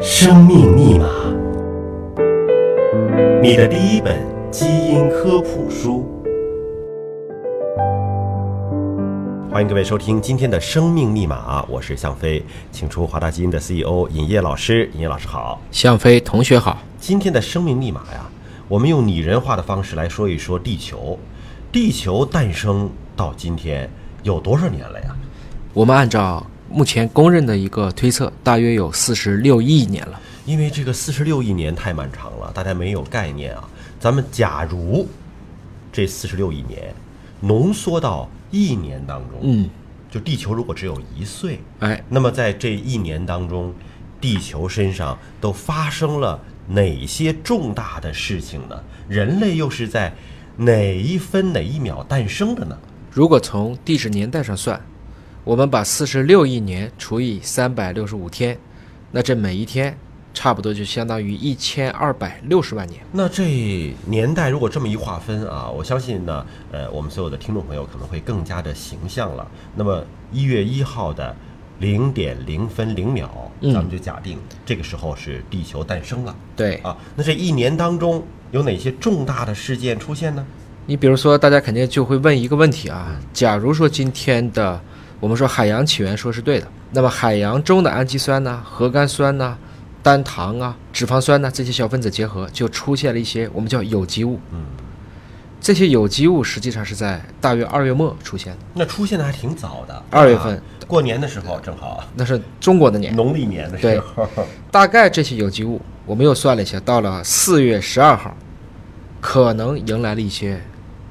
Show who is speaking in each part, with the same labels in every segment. Speaker 1: 生命密码，你的第一本基因科普书。欢迎各位收听今天的《生命密码》，我是向飞，请出华大基因的 CEO 尹烨老师。尹烨老师好，
Speaker 2: 向飞同学好，
Speaker 1: 今天的生命密码呀，我们用拟人化的方式来说一说地球。地球诞生到今天有多少年了呀？
Speaker 2: 我们按照目前公认的一个推测，大约有四十六亿年了。
Speaker 1: 因为这个四十六亿年太漫长了，大家没有概念啊。咱们假如这四十六亿年浓缩到一年当中，
Speaker 2: 嗯，
Speaker 1: 就地球如果只有一岁，
Speaker 2: 哎，
Speaker 1: 那么在这一年当中，地球身上都发生了哪些重大的事情呢？人类又是在哪一分哪一秒诞生的呢？
Speaker 2: 如果从地质年代上算，我们把四十六亿年除以三百六十五天，那这每一天差不多就相当于一千二百六十万年。
Speaker 1: 那这年代如果这么一划分啊，我相信呢，呃，我们所有的听众朋友可能会更加的形象了。那么一月一号的零点零分零秒，
Speaker 2: 嗯
Speaker 1: 咱们就假定这个时候是地球诞生了
Speaker 2: 对
Speaker 1: 啊。那这一年当中有哪些重大的事件出现呢？
Speaker 2: 你比如说，大家肯定就会问一个问题啊：假如说今天的我们说海洋起源说是对的，那么海洋中的氨基酸呢、核苷酸呢、单糖啊、脂肪酸呢这些小分子结合，就出现了一些我们叫有机物。
Speaker 1: 嗯，
Speaker 2: 这些有机物实际上是在大约二月末出现的，
Speaker 1: 那出现的还挺早的，
Speaker 2: 二月份
Speaker 1: 啊过年的时候正好，
Speaker 2: 那是中国的年。
Speaker 1: 农历年的 时候，
Speaker 2: 大概这些有机物，我们又算了一下，到了四月十二号，可能迎来了一些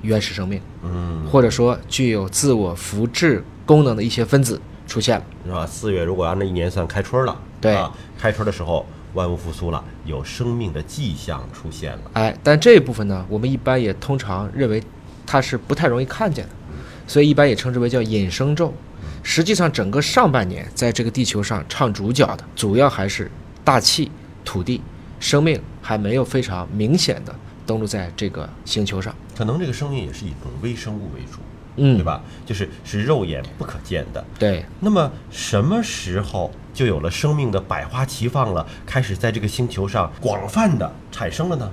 Speaker 2: 原始生命。
Speaker 1: 嗯，
Speaker 2: 或者说具有自我复制功能的一些分子出现了。
Speaker 1: 是吧？四月如果按照一年算，开春了，
Speaker 2: 对
Speaker 1: 啊，开春的时候万物复苏了，有生命的迹象出现了。
Speaker 2: 哎，但这一部分呢，我们一般也通常认为它是不太容易看见的，所以一般也称之为叫隐生咒。实际上，整个上半年在这个地球上唱主角的，主要还是大气、土地、生命，还没有非常明显的登陆在这个星球上。
Speaker 1: 可能这个生命也是以一种微生物为主，
Speaker 2: 嗯
Speaker 1: 对吧？就是是肉眼不可见的。
Speaker 2: 对，
Speaker 1: 那么什么时候就有了生命的百花齐放了，开始在这个星球上广泛的产生了呢？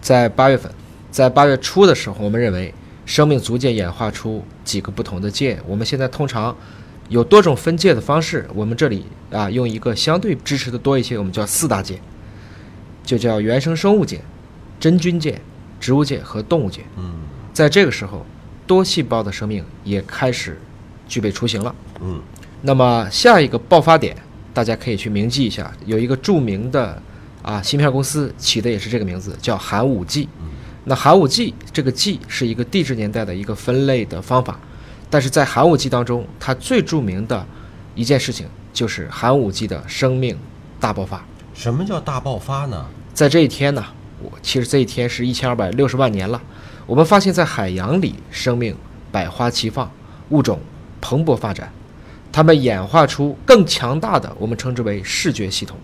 Speaker 2: 在八月份，在八月初的时候，我们认为生命逐渐演化出几个不同的界。我们现在通常有多种分界的方式，我们这里啊用一个相对支持的多一些，我们叫四大界，就叫原生生物界、真菌界、植物界和动物界。
Speaker 1: 嗯
Speaker 2: 在这个时候，多细胞的生命也开始具备雏形了。
Speaker 1: 嗯，
Speaker 2: 那么下一个爆发点，大家可以去铭记一下，有一个著名的啊芯片公司起的也是这个名字，叫寒武纪。那寒武纪这个纪是一个地质年代的一个分类的方法，但是在寒武纪当中，它最著名的一件事情就是寒武纪的生命大爆发。
Speaker 1: 什么叫大爆发呢？
Speaker 2: 在这一天呢，我其实这一天是一千二百六十万年了。我们发现，在海洋里，生命百花齐放，物种蓬勃发展，它们演化出更强大的，我们称之为视觉系统，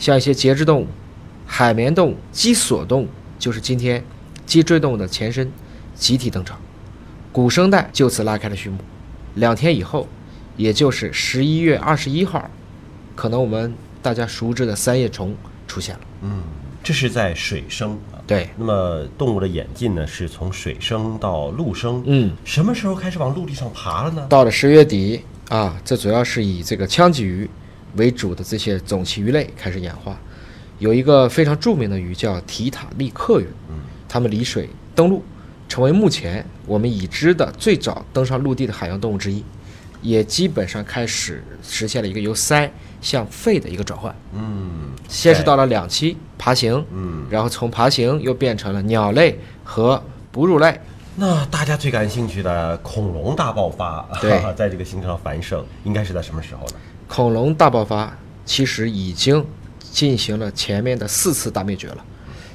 Speaker 2: 像一些节肢动物、海绵动物、脊索动物，就是今天脊椎动物的前身，集体登场，古生代就此拉开了序幕。两天以后，也就是十一月二十一号，可能我们大家熟知的三叶虫出现了。
Speaker 1: 嗯，这是在水生啊。
Speaker 2: 对，
Speaker 1: 那么动物的演进呢，是从水生到陆生。
Speaker 2: 嗯，
Speaker 1: 什么时候开始往陆地上爬了呢？
Speaker 2: 到了十月底啊，这主要是以这个腔鲫鱼为主的这些种鳍鱼类开始演化。有一个非常著名的鱼叫提塔利克鱼，它们离水登陆，成为目前我们已知的最早登上陆地的海洋动物之一，也基本上开始实现了一个由鳃向肺的一个转换。
Speaker 1: 嗯，
Speaker 2: 先是到了两栖爬行，
Speaker 1: 嗯，
Speaker 2: 然后从爬行又变成了鸟类和哺乳类，
Speaker 1: 那大家最感兴趣的恐龙大爆发，
Speaker 2: 对
Speaker 1: 在这个星球上繁盛，应该是在什么时候呢？
Speaker 2: 恐龙大爆发其实已经进行了前面的四次大灭绝了，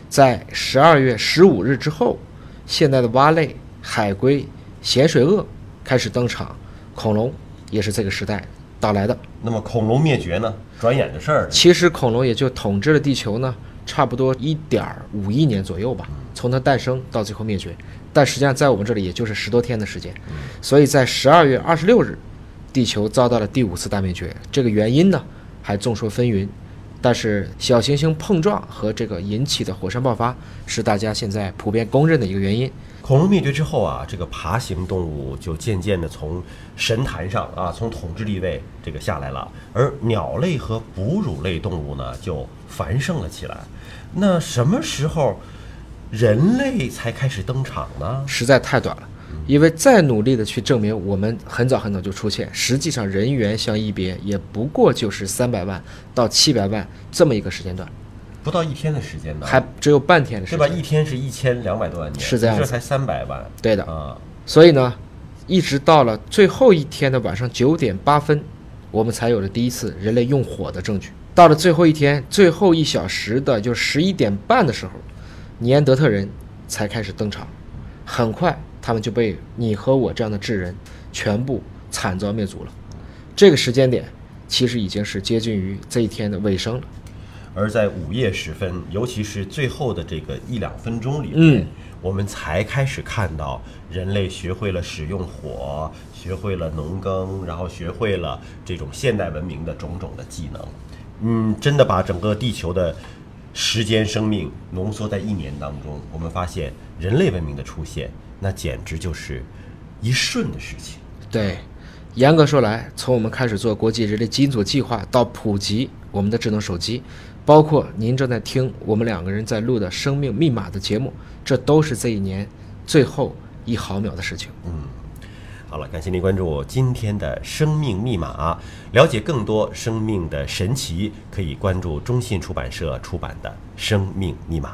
Speaker 2: 在十二月十五日之后，现在的蛙类、海龟、咸水鳄开始登场，恐龙也是这个时代到来的。
Speaker 1: 那么恐龙灭绝呢？转眼的事儿了。
Speaker 2: 其实恐龙也就统治了地球呢，差不多一点五亿年左右吧，
Speaker 1: 嗯
Speaker 2: 从它诞生到最后灭绝。但实际上在我们这里也就是十多天的时间，
Speaker 1: 嗯
Speaker 2: 所以在十二月二十六日，地球遭到了第五次大灭绝。这个原因呢，还众说纷纭。但是小行星碰撞和这个引起的火山爆发是大家现在普遍公认的一个原因。
Speaker 1: 恐龙灭绝之后啊，这个爬行动物就渐渐的从神坛上啊，从统治地位这个下来了，而鸟类和哺乳类动物呢就繁盛了起来。那什么时候人类才开始登场呢？
Speaker 2: 实在太短了，因为再努力的去证明我们很早很早就出现，实际上人猿相一别也不过就是三百万到七百万这么一个时间段，
Speaker 1: 不到一天的时间呢，
Speaker 2: 还只有半天的时
Speaker 1: 对吧？
Speaker 2: 间。
Speaker 1: 一天是一千两百多万年，
Speaker 2: 是这样
Speaker 1: 你这
Speaker 2: 子
Speaker 1: 才三百万。
Speaker 2: 对的
Speaker 1: 啊，
Speaker 2: 所以呢，一直到了最后一天的晚上九点八分，我们才有了第一次人类用火的证据。到了最后一天，最后一小时的就十一点半的时候，尼安德特人才开始登场。很快，他们就被你和我这样的智人全部惨遭灭族了。这个时间点其实已经是接近于这一天的尾声了。
Speaker 1: 而在午夜时分，尤其是最后的这个一两分钟里面，
Speaker 2: 嗯
Speaker 1: 我们才开始看到人类学会了使用火，学会了农耕，然后学会了这种现代文明的种种的技能。嗯，真的把整个地球的时间生命浓缩在一年当中，我们发现人类文明的出现，那简直就是一瞬的事情。
Speaker 2: 对，严格说来，从我们开始做国际人类基因组计划到普及我们的智能手机，包括您正在听我们两个人在录的《生命密码》的节目，这都是这一年最后一毫秒的事情。
Speaker 1: 好了，感谢您关注我今天的生命密码，啊了解更多生命的神奇，可以关注中信出版社出版的《生命密码》。